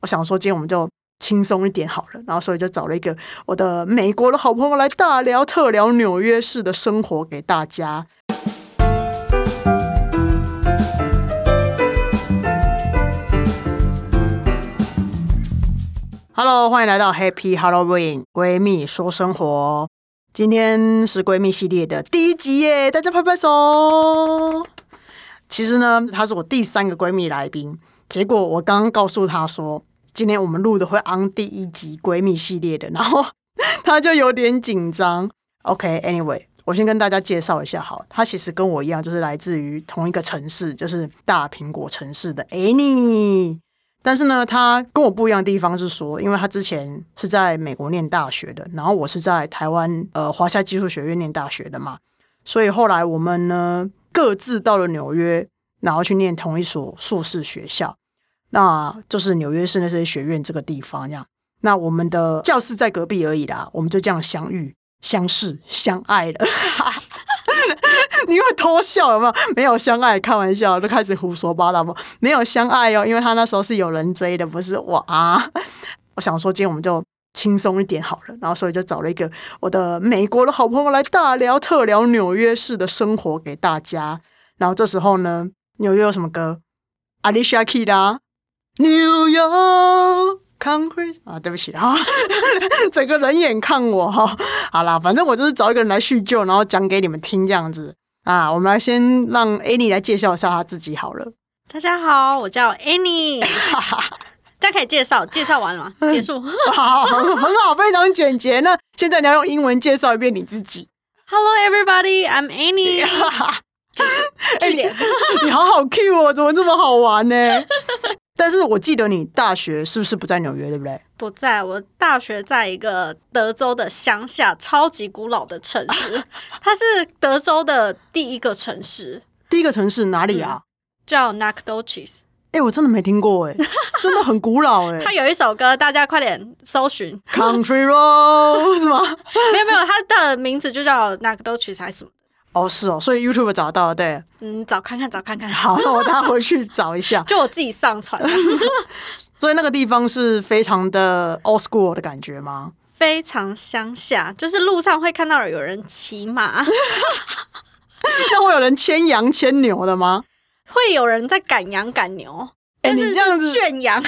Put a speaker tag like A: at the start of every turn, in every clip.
A: 我想说今天我们就轻松一点好了，然后所以就找了一个我的美国的好朋友来大聊特聊纽约市的生活给大家。Hello，欢迎来到 Happy Halloween 闺蜜说生活。今天是闺蜜系列的第一集耶，大家拍拍手。其实呢，她是我第三个闺蜜来宾，结果我刚刚告诉她说，今天我们录的会昂第一集闺蜜系列的，然后她就有点紧张。OK，Anyway，、我先跟大家介绍一下好了，她其实跟我一样，就是来自于同一个城市，就是大苹果城市的 Annie。但是呢，他跟我不一样的地方是说，因为他之前是在美国念大学的，然后我是在台湾呃华夏技术学院念大学的嘛，所以后来我们呢各自到了纽约，然后去念同一所硕士学校，那就是纽约市那些学院这个地方这样。那我们的教室在隔壁而已啦，我们就这样相遇、相识、相爱了。 你会偷笑有没有？没有相爱，开玩笑，就开始胡说八道不？没有相爱哦，因为他那时候是有人追的，不是我啊。我想说，今天我们就轻松一点好了，然后所以就找了一个我的美国的好朋友来大聊特聊纽约市的生活给大家。然后这时候呢，纽约有什么歌？Alicia Keys 的啊《New York Concrete》啊， 对不起哈。整个人眼看我哈。好啦，反正我就是找一个人来叙旧，然后讲给你们听这样子啊。我们来先让 Annie 来介绍一下她自己好了。
B: 大家好，我叫 Annie，大家可以介绍，介绍完了吗？结束。
A: 好，很很好，非常简洁。那现在你要用英文介绍一遍你自己。
B: Hello everybody, I'm Annie。
A: 哎、你 你好好 Q 哦，怎么这么好玩呢？ 但是我记得你大学是不是不在纽约，对不对？
B: 不在我大学，在一个德州的乡下，超级古老的城市，它是德州的第一个城市，
A: 第一个城市哪里啊？
B: 叫 Nacogdoches。
A: 哎、我真的没听过哎、 真的很古老哎、
B: 它有一首歌，大家快点搜寻。
A: Country Road 是吗？
B: 没有没有，它的名字就叫 Nacogdoches 还是什么？
A: 哦，是哦，所以 YouTube 找到了，对。
B: 嗯，找看看，找看看。
A: 好，那我待回去找一下。
B: 就我自己上传，
A: 所以那个地方是非常的 old school 的感觉吗？
B: 非常乡下，就是路上会看到有人骑马。
A: 那会有人牵羊牵牛的吗？
B: 会有人在赶羊赶牛，
A: 哎、
B: 但
A: 你
B: 是
A: 这样子
B: 是，圈羊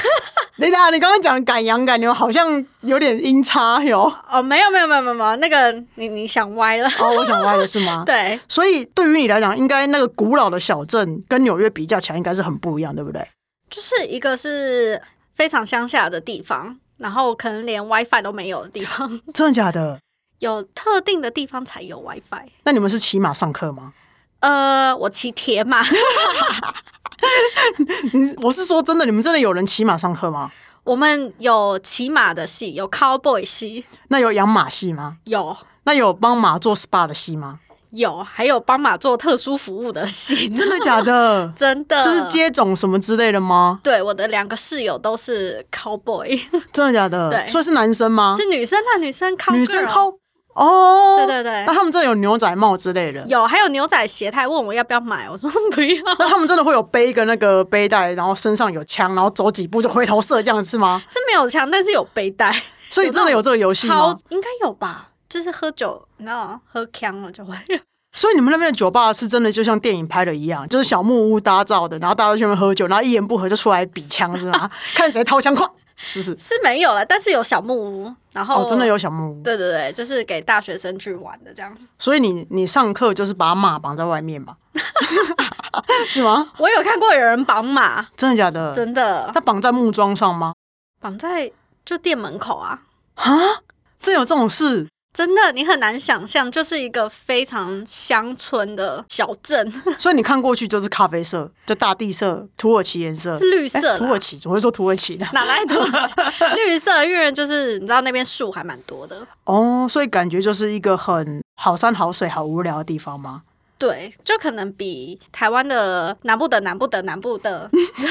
A: 你俩你刚刚讲赶羊赶牛，好像有点音差哟。
B: 哦，没有没有没有没有没有，那个你你想歪了，
A: 哦，我想歪了是吗？。
B: 对，
A: 所以 对于你来讲，应该那个古老的小镇跟纽约比较起来，应该是很不一样，对不对？
B: 就是一个是非常乡下的地方，然后可能连 WiFi 都没有的地方，
A: 真的假的？
B: 有特定的地方才有 WiFi。
A: 那你们是骑马上课吗？
B: 呃，我骑铁马，
A: 你我是说真的，你们真的有人骑马上课吗？
B: 我们有骑马的戏，有 cowboy 戏，
A: 那有养马戏吗？
B: 有
A: 那有帮马做 SPA 的戏吗？
B: 有，还有帮马做特殊服务的戏，？
A: 真的假的
B: 真的
A: 就是接种什么之类的吗？
B: 对我的两个室友都是 cowboy。
A: 真的假的？
B: 对
A: 所以是男生吗？
B: 是女生啦，女生靠
A: 啊女生
B: girl
A: 靠哦，
B: 对对对
A: 那他们真的有牛仔帽之类的？
B: 有，还有牛仔鞋，他还问我要不要买，我说不要，
A: 那他们真的会有背一个那个背带，然后身上有枪，然后走几步就回头射这样是吗？
B: 是没有枪，但是有背带，
A: 所以真的有这个游戏吗
B: 超？应该有吧。就是喝酒，你知道吗喝呛了就会。
A: 所以你们那边的酒吧是真的就像电影拍的一样，就是小木屋搭造的，然后大家去那边喝酒，然后一言不合就出来比枪是 吗？看谁掏枪快，是不是？
B: 是没有了，但是有小木屋，然后、
A: 哦，真的。有小木屋。
B: 对对对，就是给大学生去玩的这样。
A: 所以你你上课就是把马绑在外面 嘛，是吗？
B: 我有看过有人绑马，
A: 真的假的？
B: 真的
A: 他绑在木桩上吗？
B: 绑在就店门口啊，
A: 啊，真有这种事？
B: 真的你很难想象，就是一个非常乡村的小镇，是
A: 所以你看过去就是咖啡色，就大地色、土耳其颜色、
B: 绿色
A: 诶
B: 的。
A: 呃哎土耳其，怎么会说土耳其呢？
B: 哪来的 绿色？因为就是你知道那边树还蛮多的，
A: 哦，所以感觉就是一个很好山好水好无聊的地方吗？
B: 对，就可能比台湾的南部的南部的南部的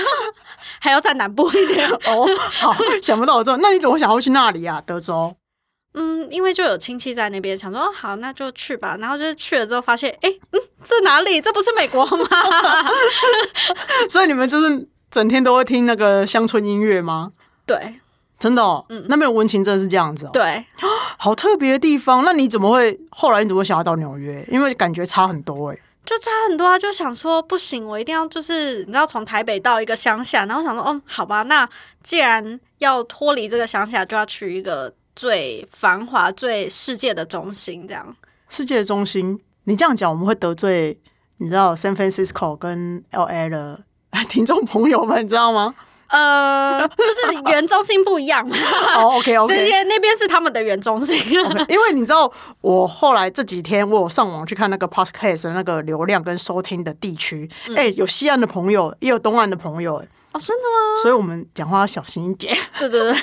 B: 还要再南部一点。
A: 哦，好，想不到我这，那你怎么会想要去那里啊？德州？
B: 嗯，因为就有亲戚在那边，想说哦好，那就去吧。然后就是去了之后发现，哎、嗯，这哪里？这不是美国吗？
A: 所以你们就是整天都会听那个乡村音乐吗？
B: 对
A: 真的哦，那边的温情真的是这样子哦，
B: 对，
A: 好特别的地方。那你怎么会后来你怎么会想要到纽约？因为感觉差很多哎、
B: 就差很多啊！就想说不行，我一定要就是你知道从台北到一个乡下，然后想说，嗯，好吧，那既然要脱离这个乡下，就要去一个最繁华、最世界的中心，这样。
A: 世界的中心。你这样讲我们会得罪，你知道 San Francisco 跟 L A 的 听众朋友们，你知道吗？
B: 呃，就是原中心不一样，
A: 哦，OK
B: 那
A: OK，
B: 些那边是他们的原中心。
A: 因为你知道我后来这几天我有上网去看那个 podcast 的那个流量跟收听的地区，哎、
B: 嗯
A: 有西岸的朋友，也有东岸的朋友、哎
B: 哦，真的吗？
A: 所以我们讲话要小心一点。
B: 对对对，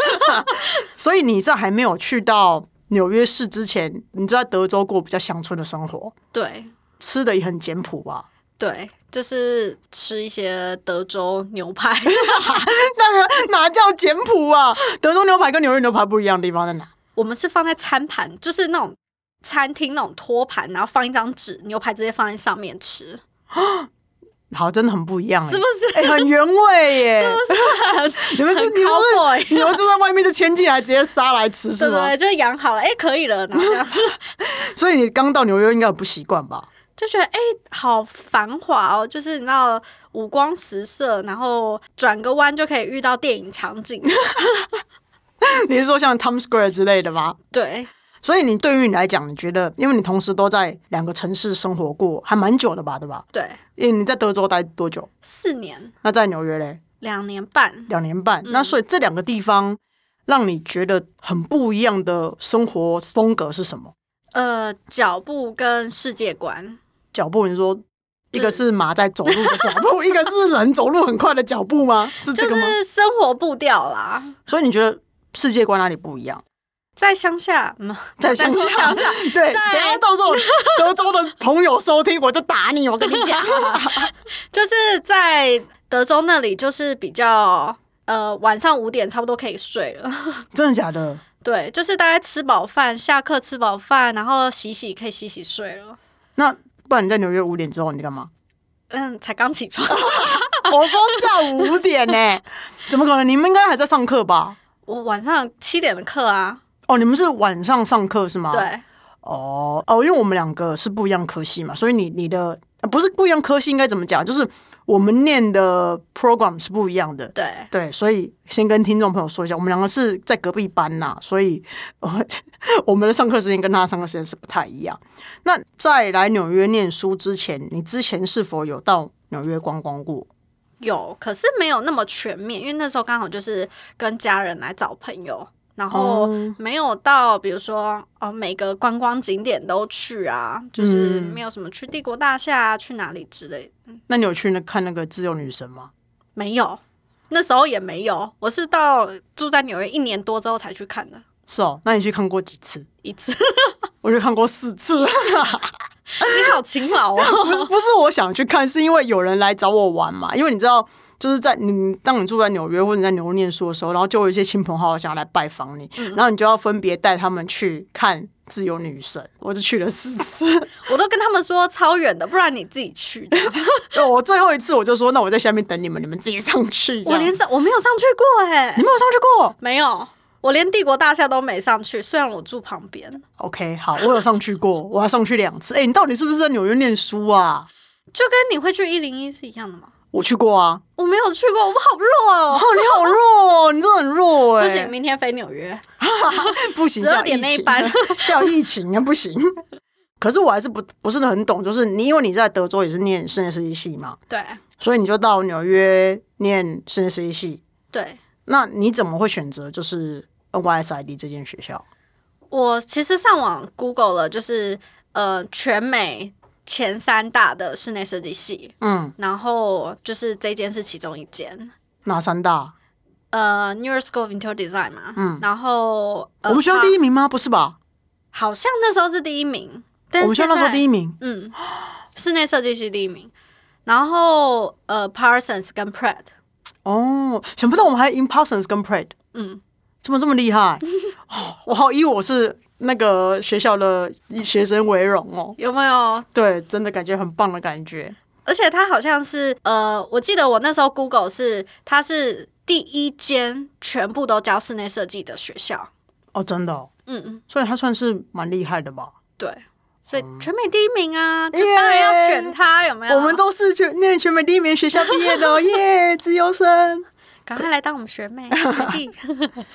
A: 所以你在还没有去到纽约市之前，你就在德州过比较乡村的生活，
B: 对
A: 吃的也很简朴吧？
B: 对，就是吃一些德州牛排。
A: 那哪叫简朴啊？德州牛排跟纽约牛排不一样的地方在哪？
B: 我们是放在餐盘，就是那种餐厅那种托盘，然后放一张纸，牛排直接放在上面吃，
A: 好，真的很不一样、欸，
B: 是不 是？
A: 哎、很原味 耶！你们是
B: 很
A: 你们是
B: cowboy
A: 你们就在外面就牵进来，直接杀来吃 是
B: 对
A: 吗？
B: 对，就是养好了，哎、可以了，然后 这样
A: 所以你刚到纽约应该很不习惯吧？
B: 就觉得哎、好繁华哦，就是你知道五光十色，然后转个弯就可以遇到电影 场景，
A: 你是说像 Times Square 之类的吗？
B: 对，
A: 所以你对于你来讲，你觉得，因为你同时都在两个城市生活过，还蛮久的吧，对吧？
B: 对，
A: 因为你在德州待多久？
B: 四年
A: 那在纽约嘞？
B: 两年半，
A: 两年半。
B: 嗯
A: 那所以这两个地方让你觉得很不一样的生活风格是什么？
B: 呃，脚步跟世界观，
A: 脚步，你说一个是马在走路的脚 步，一个是人走路很快的脚步吗？是这
B: 就
A: 个吗？
B: 是生活步调啦。
A: 所以你觉得世界观哪里不一样？
B: 在乡下，嗯，
A: 在乡
B: 说
A: 下
B: 乡下，
A: 对，等一下到 时候德州的朋友收听，我就打你，我跟你 讲。
B: 就是在德州那里，就是比较呃晚上五点差不多可以睡了。
A: 真的假的？
B: 对，就是大家吃饱饭，下课吃饱饭，然后洗洗可以洗洗睡了。
A: 那不然你在纽约五点之后你在干嘛？
B: 嗯，才刚起 床，
A: 我说下午五点呢、怎么可能？你们应该还在上课吧？
B: 我晚上七点的课啊。
A: 哦，你们是晚上上课是吗？。
B: 对，
A: 哦哦，因为我们两个是不一样科系嘛，所以你你的呃不是不一样科系，应该怎么讲？就是我们念的 program 是不一样的。
B: 对，
A: 对，所以先跟听众朋友说一下，我们两个是在隔壁班呐、所以呃 我们的上课时间跟他上课时间是不太一样。那在来纽约念书之前，你之前是否有到纽约观光过？
B: 有，可是没有那么全面，因为那时候刚好就是跟家人来找朋友，然后没有到比如说哦每个观光景点都去啊，就是没有什么去帝国大厦、啊、去哪里之类的。
A: 那你有去那看那个自由女神吗？
B: 没有，那时候也没有，我是到住在纽约一年多之后才去看的
A: 是哦，那你去看过几次？
B: 一次。
A: 我去看过四次。
B: 你好勤劳哦，
A: 不是不是我想去看，是因为有人来找我玩嘛。因为你知道，就是在你当你住在纽约或者你在纽约念书的时候，然后就有一些亲朋好友想要来拜访你，
B: 嗯
A: 然后你就要分别带他们去看《自由女神》，我就去了四次。
B: 我都跟他们说超远的，不然你自己 去的。
A: 我最后一次我就说，那我在下面等你们，你们自己上去。
B: 我连
A: 这样
B: 上我没有上去过哎、
A: 你没有上去过
B: 没有，我连帝国大厦都没上去，虽然我住旁边，
A: ？OK，好，我有上去过，我还上去两次。哎、你到底是不是在纽约念书啊？
B: 就跟你会去一零一是一样的吗？
A: 我去过啊。
B: 我没有去过，我好弱
A: 哦
B: 哦。，
A: 你好弱哦，你真的很弱哎、
B: 不行，明天飞纽约。
A: 不行，
B: 12点那一班
A: 叫疫情啊，不行。可是我还是不不是很懂，就是你因为你在德州也是念室内设计系嘛，
B: 对
A: 所以你就到纽约念室内设计系。
B: 对，
A: 那你怎么会选择就是 NYSID 这间学校？
B: 我其实上网 Google 了，就是呃全美前三大的室内设计系，
A: 嗯，
B: 然后就是这间是其中一间，
A: 哪三大？
B: 呃，New York School of Interior Design 嘛，嗯，然后、呃、
A: 我们学校
B: 它
A: 第一名吗？不是吧？
B: 好像那时候是第一名，但
A: 我
B: 是
A: 们学校那时候第
B: 一，
A: 一名。
B: 嗯，室内设计系第一名，然后呃，Parsons 跟 Pratt，
A: 哦，想不到我们还 in Parsons 跟 Pratt，
B: 嗯，
A: 怎么这么厉害？ 哦，我好以我是那个学校的学生为荣哦。
B: 有没有？
A: 对，真的感觉很棒的感觉。
B: 而且它好像是呃，我记得我那时候 Google 是它是第一间全部都教室内设计的学校。
A: 哦，真的、哦，
B: 嗯嗯，
A: 所以他算是蛮厉害的吧？
B: 对，所以全美第一名啊，就当然要选他，有没有？
A: 哦我们都是全那全美第一名学校毕业的哦， 耶，自由生。
B: 赶快来当我们学妹学 弟。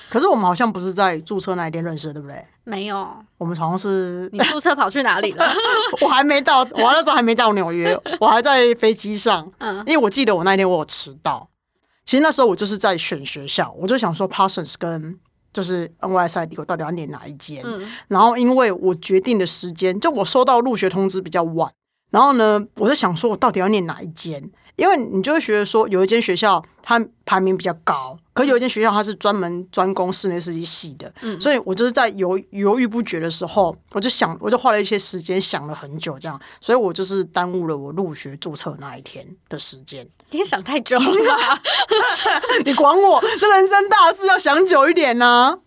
A: 可是我们好像不是在注册那一天认识的，对不对？
B: 没有，
A: 我们好像是，
B: 你 注册跑去哪里了？
A: 我还没到，我那时候还没到纽 约，我还在飞机上。
B: 嗯
A: 因为我记得我那一天我有迟到。其实那时候我就是在选学校，我就想说 Parsons 跟就是 NYSI 我到底要念哪一间。
B: 嗯
A: 然后因为我决定的时间，就我收到入学通知比较晚，然后呢，我就想说我到底要念哪一间？因为你就会觉得说，有一间学校它排名比较高，可有一间学校它是专门专攻室内设计系的，
B: 嗯
A: 所以我就是在犹犹豫不决的时候，我就想，我就花了一些时间想了很久，这样，所以我就是耽误了我入学注册那一天的时间。
B: 你也想太久了吧？
A: 你管我，这人生大事要想久一点 呢、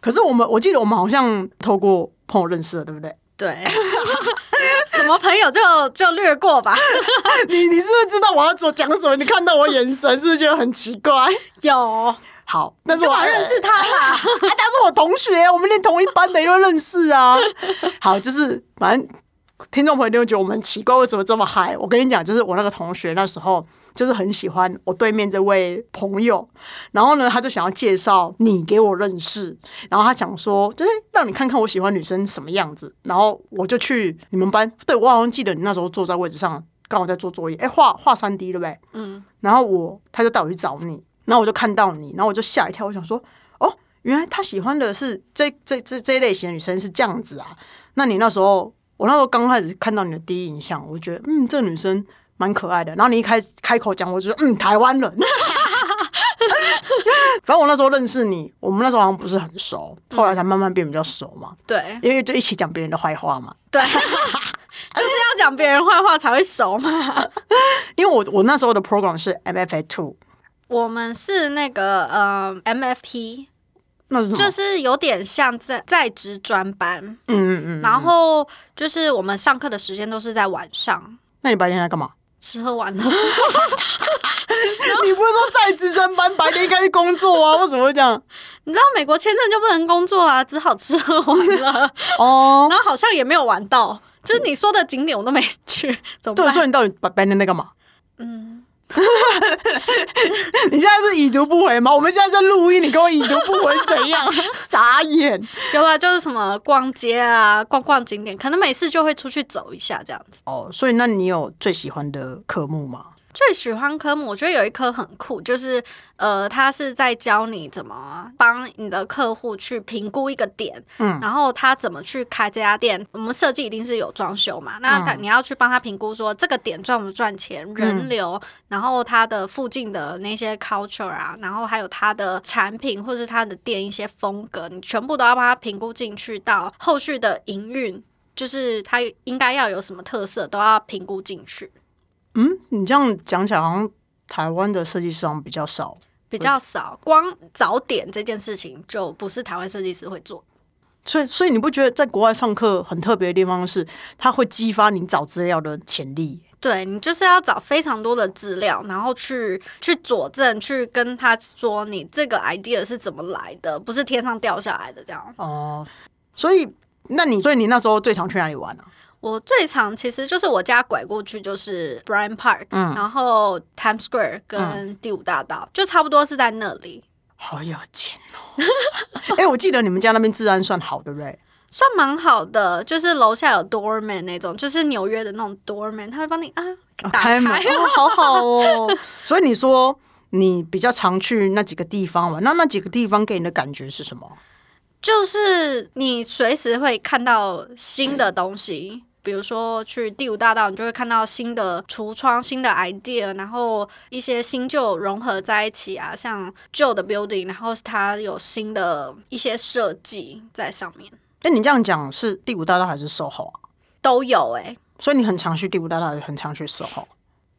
A: 可是我们，我记得我们好像透过朋友认识的，对不 对？
B: 对， 什么朋友就就略过吧。
A: 你你是不是知道我要做讲什么？你看到我眼神是不是觉得很奇怪？
B: 有，
A: 好，但是
B: 干
A: 我
B: 嘛认识他 啦？
A: 哎他是我同学，我们念同一班的，又认识啊。好，就是反正听众朋友一定会觉得我们很奇怪，为什么这么嗨？我跟你讲，就是我那个同学那时候就是很喜欢我对面这位朋友，然后呢，他就想要介绍你给我认识，然后他讲说，就是让你看看我喜欢女生什么样子，然后我就去你们班，对我好像记得你那时候坐在位置上，刚好在做作业，哎，画画三 D 对不对？
B: 嗯，
A: 然后我他就带我去找你，然后我就看到你，然后我就吓一跳，我想说，哦，原来他喜欢的是这这这这一类型的女生是这样子啊。那你那时候，我那时候刚开始看到你的第一印象，我就觉得嗯，这个女生蛮可爱的。然后你一开开口讲，我就说嗯，台湾人。 反正我那时候认识你，我们那时候好像不是很熟，后来才慢慢变比较熟嘛，
B: 对
A: 因为就一起讲别人的坏话嘛。
B: 对， 就是要讲别人坏话才会熟嘛。
A: 因为我我那时候的 program 是 MFA two，
B: 我们是那个呃 MFP，
A: 那是什么？
B: 就是有点像在在职专班，
A: 嗯嗯嗯。
B: 然后就是我们上课的时间都是在晚上。
A: 那你白天在干嘛？
B: 吃喝玩乐，
A: 你不是说在职专班白天应该去工作啊？我怎么会这样？
B: 你知道美国签证就不能工作啊，只好吃喝玩乐，
A: 哦，
B: 然后好像也没有玩到，就是你说的景点我都没 去，怎么
A: 对，
B: 办？
A: 所以你到底白白天在干嘛？
B: 嗯，
A: 你现在是已读不回吗？我们现在在录音，你跟我已读不回是怎 样？傻眼！
B: 有啊，就是什么逛街啊，逛逛景点，可能每次就会出去走一下这样子。
A: 哦，所以那你有最喜欢的科目吗？
B: 最喜欢科目，我觉得有一科很酷，就是呃，它是在教你怎么帮你的客户去评估一个点，
A: 嗯
B: 然后他怎么去开这家店。我们设计一定是有装修嘛，那他、你要去帮他评估说这个点赚不赚钱，人流，然后它的附近的那些 culture 啊，然后还有它的产品或是它的店一些风格，你全部都要帮他评估进去，到后续的营运。就是它应该要有什么特色，都要评估进去，
A: 嗯，你这样讲起来好像台湾的设计师好像比较少。
B: 比较少。光早点这件事情就不是台湾设计师会做，
A: 所以，所以你不觉得在国外上课很特别的地方是，它会激发你找资料的潜力？
B: 对你就是要找非常多的资料，然后去去佐证，去跟他说你这个 idea 是怎么来的，不是天上掉下来的这样。
A: 哦，所以，那你所以你那时候最常去哪里玩啊？
B: 我最常其实就是我家拐过去就是 Bryan Park，、然
A: 嗯
B: 后 Times Square 跟第五大道，就差不多是在那里，
A: 好有钱哦！ 哎、我记得你们家那边治安算好，对不对？
B: 算蛮好的。就是楼下有 doorman 那种，就是纽约的那种 doorman，他会帮你啊
A: 哦
B: 打开。
A: 门、哦，好好哦。所以你说你比较常去那几个地方玩，那那几个地方给你的感觉是什么？
B: 就是你随时会看到新的东西，比如说去第五大道，你就会看到新的橱窗、新的 idea，然后一些新旧融合在一起啊，像旧的 building，然后它有新的一些设计在上面，
A: 哎、你这样讲是第五大道还是售后啊？
B: 都有诶、
A: 所以你很常去第五大道，也很常去售后。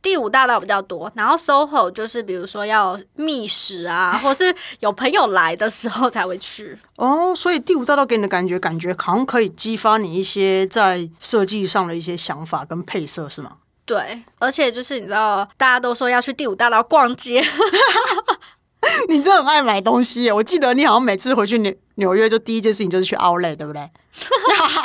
B: 第五大道比较多，然后 SOHO 就是比如说要觅食啊，或是有朋友来的时候才会去。
A: 哦，所以第五大道给你的感觉，感觉好像可以激发你一些在设计上的一些想法跟配色，是吗？
B: 对，而且就是你知道，大家都说要去第五大道逛街，
A: 你真的很爱买东西耶。我记得你好像每次回去纽纽约，就第一件事情就是去 Outlet，对不对？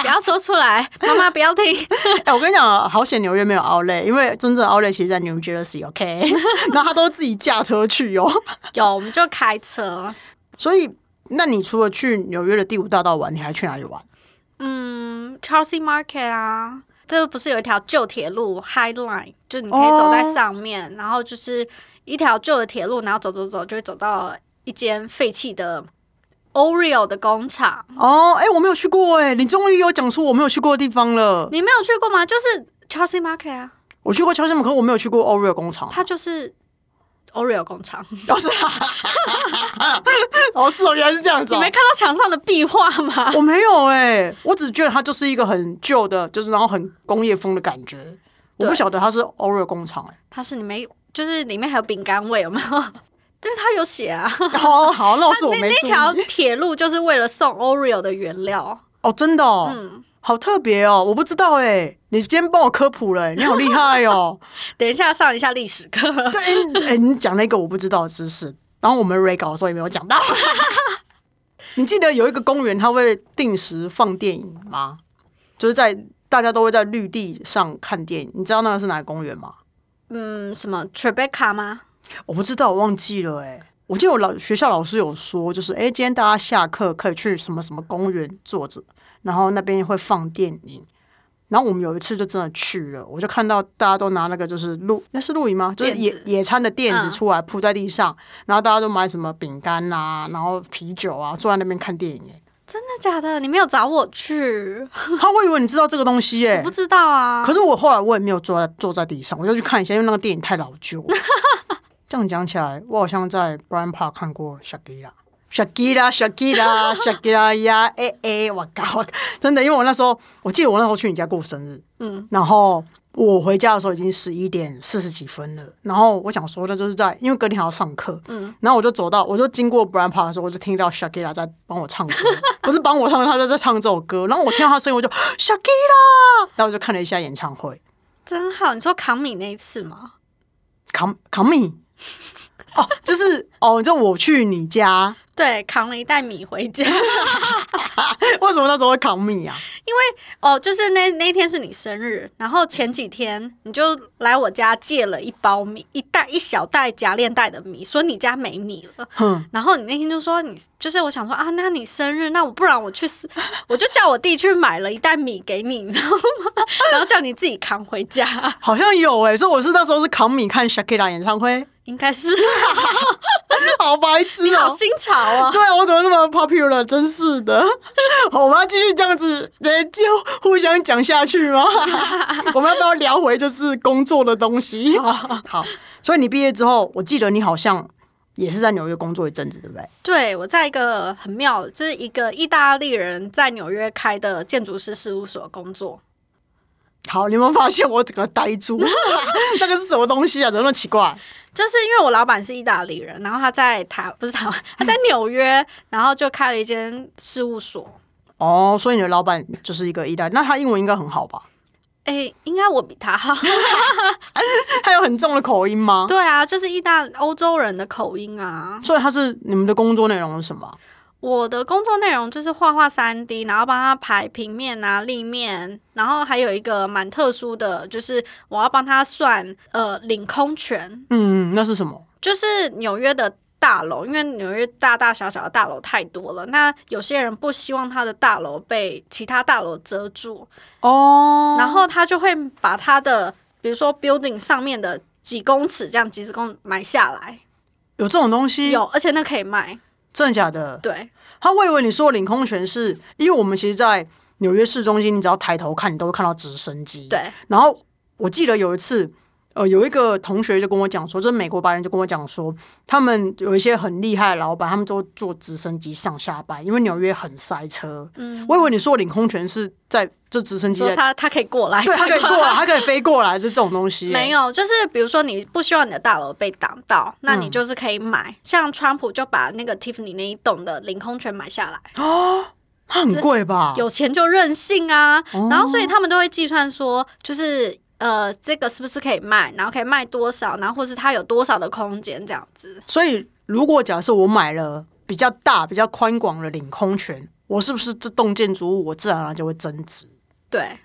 B: 不要说出来，妈妈不要听。
A: 哎、我跟你讲，好险纽约没有 Outlet，因为真正 Outlet 其实在 New Jersey，OK？、然后 他都自己驾车去哦。
B: 有，我们就开车。
A: 所以，那你除了去纽约的第五大道玩，你还去哪里玩？
B: 嗯，Chelsea Market 啊，这不是有一条旧铁路 High Line，就你可以走在上面然后就是一条旧的铁路，然后走走走就会走到一间废弃的 Oreo 的工厂。
A: 哦，哎、我没有去过哎、你终于有讲出我没有去过的地方了。
B: 你没有去过吗？就是 Chelsea Market 啊，
A: 我去过乔治姆，可我没有去过 Oreo 工厂。
B: 它就是 Oreo 工厂。
A: 哦是啊，哦是哦，原来是这样子、
B: 你
A: 哦
B: 没。看到墙上的壁画吗？
A: 我没有哎、我只觉得它就是一个很旧的，就是然后很工业风的感觉。我不
B: 对
A: 晓得它是 Oreo 工厂哎、
B: 它是里面就是里面还有饼干味，有没有？ 但是它有写啊，
A: 哦，好，那我是我
B: 那
A: 没注
B: 那条
A: 意。
B: 铁路就是为了送 Oreo 的原料。
A: 哦，真的哦，好特别哦，我不知道哎、你今天帮我科普了、哎你好厉害哦。
B: 等一下上一下历史课。
A: 对，哎、你讲了一个我不知道的知识，然后我们 re 稿的时候也没有讲到。你记得有一个公园，它会定时放电影吗？就是在大家都会在绿地上看电影，你知道那个是哪个公园吗？
B: 嗯，什么 Tribeca 吗？
A: 我不知道，我忘记了、哎，我记得我老学校老师有说，就是哎、今天大家下课可以去什么什么公园坐着，然后那边会放电影。然后我们有一次就真的去了，我就看到大家都拿那个就是露，那是露营吗？就是
B: 垫
A: 野
B: 子
A: 野餐的垫子
B: 嗯
A: 出来铺在地上，然后大家都买什么饼干啊，然后啤酒啊，坐在那边看电影、 哎，
B: 真的假的？你没有找我去，
A: 他我以为你知道这个东西哎、
B: 我不知道啊。
A: 可是我后来我也没有坐在坐在地上，我就去看一下，因为那个电影太老旧 了。这样讲起来，我好像在 Brian Park 看过 Shakira。Shakira, Shakira, Shakira 呀，哎哎，我靠！真的，因为我那时候，我记得我那时候去你家过生日，嗯，然后我回家的时候已经十一点四十几分了，然后我想说，那就是在，因为隔天还要上课，嗯，然后我就走到，我就经过 Brian Park 的时候，我就听到 Shakira 在帮我唱歌，不是帮我唱歌，他就在唱这首歌，然后我听到他声音，我就 Shakira，然后我就看了一下演唱会，
B: 真好，你说扛米那一次吗？
A: 扛扛米，哦，就是哦，就我去你家，
B: 对，扛了一袋米回家。
A: 为什么那时候会扛米啊？
B: 哦，就是那那一天是你生日，然后前几天你就来我家借了一包米，一袋一小袋夹链袋的米，说你家没米了。
A: 哼，
B: 然后你那天就说你就是我想说啊，那你生日，那我不然我去死，我就叫我弟去买了一袋米给你，你知道吗？ 然后叫你自己扛回家，
A: 好像有诶、所以我是那时候是扛米看 Shakira 演唱会，
B: 应该是
A: 好白痴
B: 你
A: 哦、
B: 好新潮啊！
A: 对我怎么那么 popular？真是的， 好，我们要继续这样子，呃，就互相讲下去吗？ 我们要不要聊回就是工作的东西？好，所以你毕业之后，我记得你好像也是在纽约工作一阵子，对不对？
B: 对我在一个很妙，就是一个意大利人在纽约开的建筑师事务所工作。
A: 好，你有没有发现我整个呆 住？那个是什么东西啊？怎么那么奇怪？
B: 就是因为我老板是意大利人，然后他在台不是台湾，他在纽约，然后就开了一间事务所。
A: 哦，所以你的老板就是一个意大利，那他英文应该很好吧？
B: 诶，应该我比他好。
A: 他有很重的口音吗？
B: 对啊，就是意大欧洲人的口音啊。
A: 所以他是你们的工作内容是什么啊？
B: 我的工作内容就是画画三 D，然后帮他排平面啊、立面，然后还有一个蛮特殊的，就是我要帮他算呃领空权，
A: 嗯，那是什么？
B: 就是纽约的大楼，因为纽约大大小小的大楼太多了，那有些人不希望他的大楼被其他大楼遮住，
A: 哦，
B: 然后他就会把他的比如说 building 上面的几公尺这样几十公买下来，
A: 有这种东西？
B: 有，而且那可以卖，
A: 真的假的？
B: 对。
A: 他我以为你说的领空权是，因为我们其实，在纽约市中心，你只要抬头看，你都会看到直升机。
B: 对。
A: 然后我记得有一次，呃，有一个同学就跟我讲说，就是美国白人就跟我讲说，他们有一些很厉害的老板，他们都坐直升机上下班，因为纽约很塞车。嗯。我以为你说的领空权是在这直升机
B: 说
A: 在，
B: 他他可以过来，
A: 对，他可以过 来，他可以飞过来，这这种东西、欸
B: 没
A: 有。
B: 有，就是比如说你不希望你的大楼被挡到，
A: 嗯
B: 那你就是可以买。像川普就把那个 Tiffany 那一栋的领空权买下来，
A: 它很贵吧？
B: 有钱就任性啊。
A: 哦
B: 然后所以他们都会计算说，就是呃，这个是不是可以卖，然后可以卖多少，然后或是它有多少的空间这样子。
A: 所以如果假设我买了比较大、比较宽广的领空权，我是不是这栋建筑物我自然而然就会增值？
B: 对，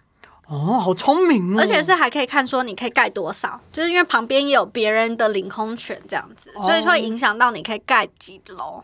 A: 哦，好聪明哦！
B: 而且是还可以看说你可以盖多少，就是因为旁边也有别人的领空权这样
A: 哦
B: 子，所以会影响到你可以盖几楼。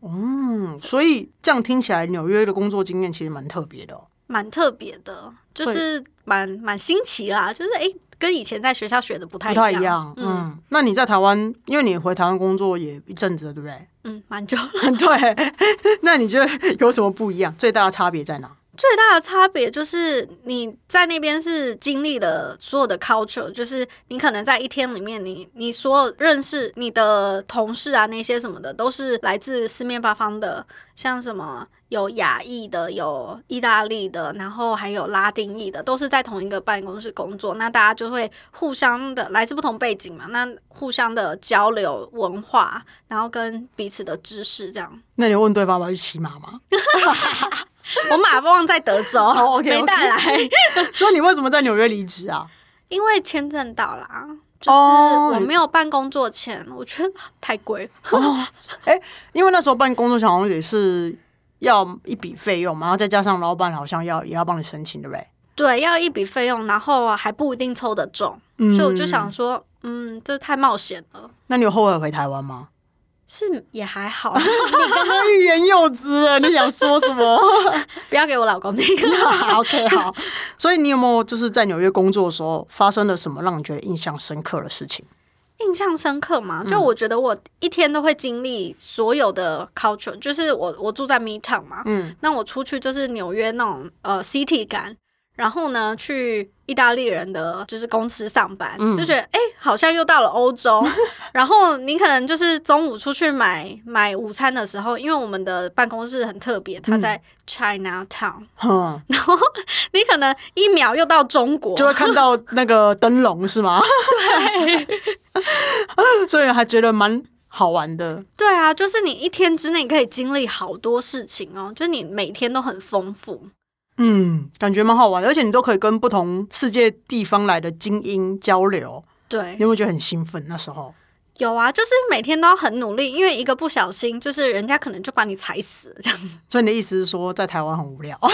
A: 嗯，所以这样听起来，纽约的工作经验其实蛮特别的、哦。
B: 蛮特别的，就是蛮蛮新奇啦，就是诶，跟以前在学校学的不太
A: 不太
B: 一
A: 一样，嗯，那你在台湾，因为你回台湾工作也一阵子了，对不对？
B: 嗯，蛮久。
A: 对， 那你觉得有什么不一样？最大的差别在哪？
B: 最大的差别就是你在那边是经历了所有的 culture，就是你可能在一天里面你，你所有认识你的同事啊那些什么的，都是来自四面八方的，像什么有亚裔的，有意大利的，然后还有拉丁裔的，都是在同一个办公室工作，那大家就会互相的来自不同背景嘛，那互相的交流文化，然后跟彼此的知识这样。
A: 那你问对方要去骑马吗？
B: 我马忘在德州
A: ，OK，OK
B: 没带来，
A: 所以你为什么在纽约离职啊？
B: 因为签证到啦。就是
A: 哦
B: 我没有办工作前，我觉得太贵了。
A: 因为那时候办工作好像也是要一笔费用嘛，然后再加上老板好像要也要帮你申请，对不对？
B: 对，要一笔费用，然后还不一定抽得中，所以我就想说，嗯，这太冒险了。
A: 那你有后悔回台湾 吗？
B: 是也还好，
A: 你刚刚欲言又止了，你想说什 么
B: 不要给我老公听。啊
A: ？OK，好。所以你有没有就是在纽约工作的时候发生了什么让你觉得印象深刻的事情？
B: 印象深刻嘛？就我觉得我一天都会经历所有的 culture，就是我我住在 Midtown 嘛，嗯，那我出去就是纽约那种呃 city 感，然后呢去意大利人的就是公司上班，就觉得哎、诶好像又到了欧洲。然后你可能就是中午出去买买午餐的时候，因为我们的办公室很特别，它在 China Town，、
A: 哼，
B: 你可能一秒又到中国，
A: 就会看到那个灯笼是吗？对， 所以还觉得蛮好玩的。
B: 对啊，就是你一天之内可以经历好多事情哦，就是你每天都很丰富。
A: 嗯，感觉蛮好玩的，而且你都可以跟不同世界地方来的精英交流，
B: 对
A: 你，有没有觉得很兴奋？那时候
B: 有啊，就是每天都要很努力，因为一个不小心，就是人家可能就把你踩死这样。
A: 所以你的意思是说，在台湾很无聊？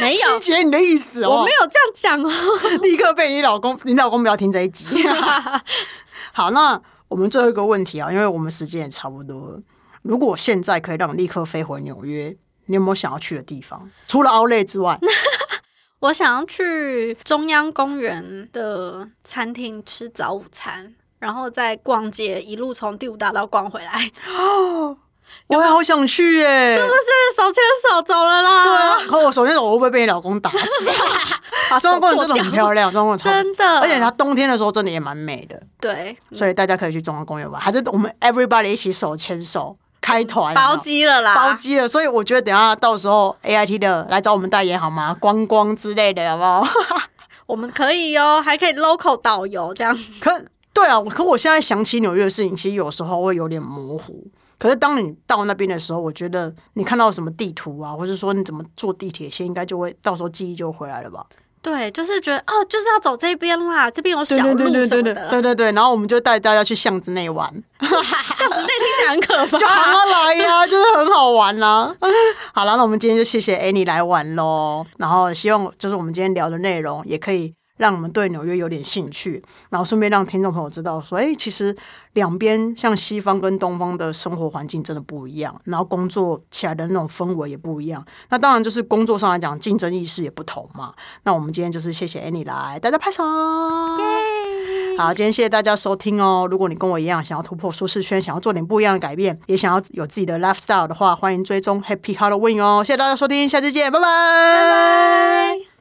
B: 没
A: 曲
B: 有，
A: 解你的意思
B: 我
A: 哦
B: 没，有这样讲哦。
A: 立刻被你老公，你老公不要听这一集。 好，那我们最后一个问题啊，因为我们时间也差不多了。如果现在可以让你立刻飞回纽约，你有没有想要去的地方？除了 Outlet 之外，
B: 我想要去中央公园的餐厅吃早午餐，然后再逛街，一路从第五大道逛回来， 是
A: 我也好想去耶、
B: 不是手牵手走了啦？
A: 对啊，可我首先我会不会被你老公打死？
B: 把
A: 中央
B: 手
A: 公园
B: 剁
A: 真的
B: 掉
A: 很漂亮，中央公园超
B: 真的，
A: 而且它冬天的时候真的也蛮美的，
B: 对
A: 所以大家可以去中央公园玩，还是我们 everybody 一起手牵手开团有没有
B: 嗯包机啊了啦，
A: 包机了，所以我觉得等一下到时候 A I T 的来找我们代言好吗？观光之类的好不好？
B: 我们可以哦，还可以 local 导游这样。
A: 可对啊，我可我现在想起纽约的事情，其实有时候会有点模糊。可是当你到那边的时候，我觉得你看到什么地图啊，或者说你怎么坐地铁线，应该就会到时候记忆就回来了吧？
B: 对，就是觉得哦，就是要走这边啦，这边有小
A: 对
B: 路
A: 对
B: 什
A: 对对对
B: 么的。
A: 对 对对对，然后我们就带大家去巷子内玩，
B: 巷子内听起来很可
A: 就
B: 怕。
A: 好来呀、就是很好玩啦、 好了，那我们今天就谢谢 Annie 来玩喽。然后希望就是我们今天聊的内容，也可以让我们对纽约有点兴趣，然后顺便让听众朋友知道说，哎、其实两边像西方跟东方的生活环境真的不一样，然后工作起来的那种氛围也不一样。那当然就是工作上来讲，竞争意识也不同嘛。那我们今天就是谢谢 Annie 来，大家拍手。好，今天谢谢大家收听哦。如果你跟我一样想要突破舒适圈，想要做点不一样的改变，也想要有自己的 lifestyle 的话，欢迎追踪 Happy Halloween 哦。谢谢大家收听，下次见，拜拜。
B: 拜拜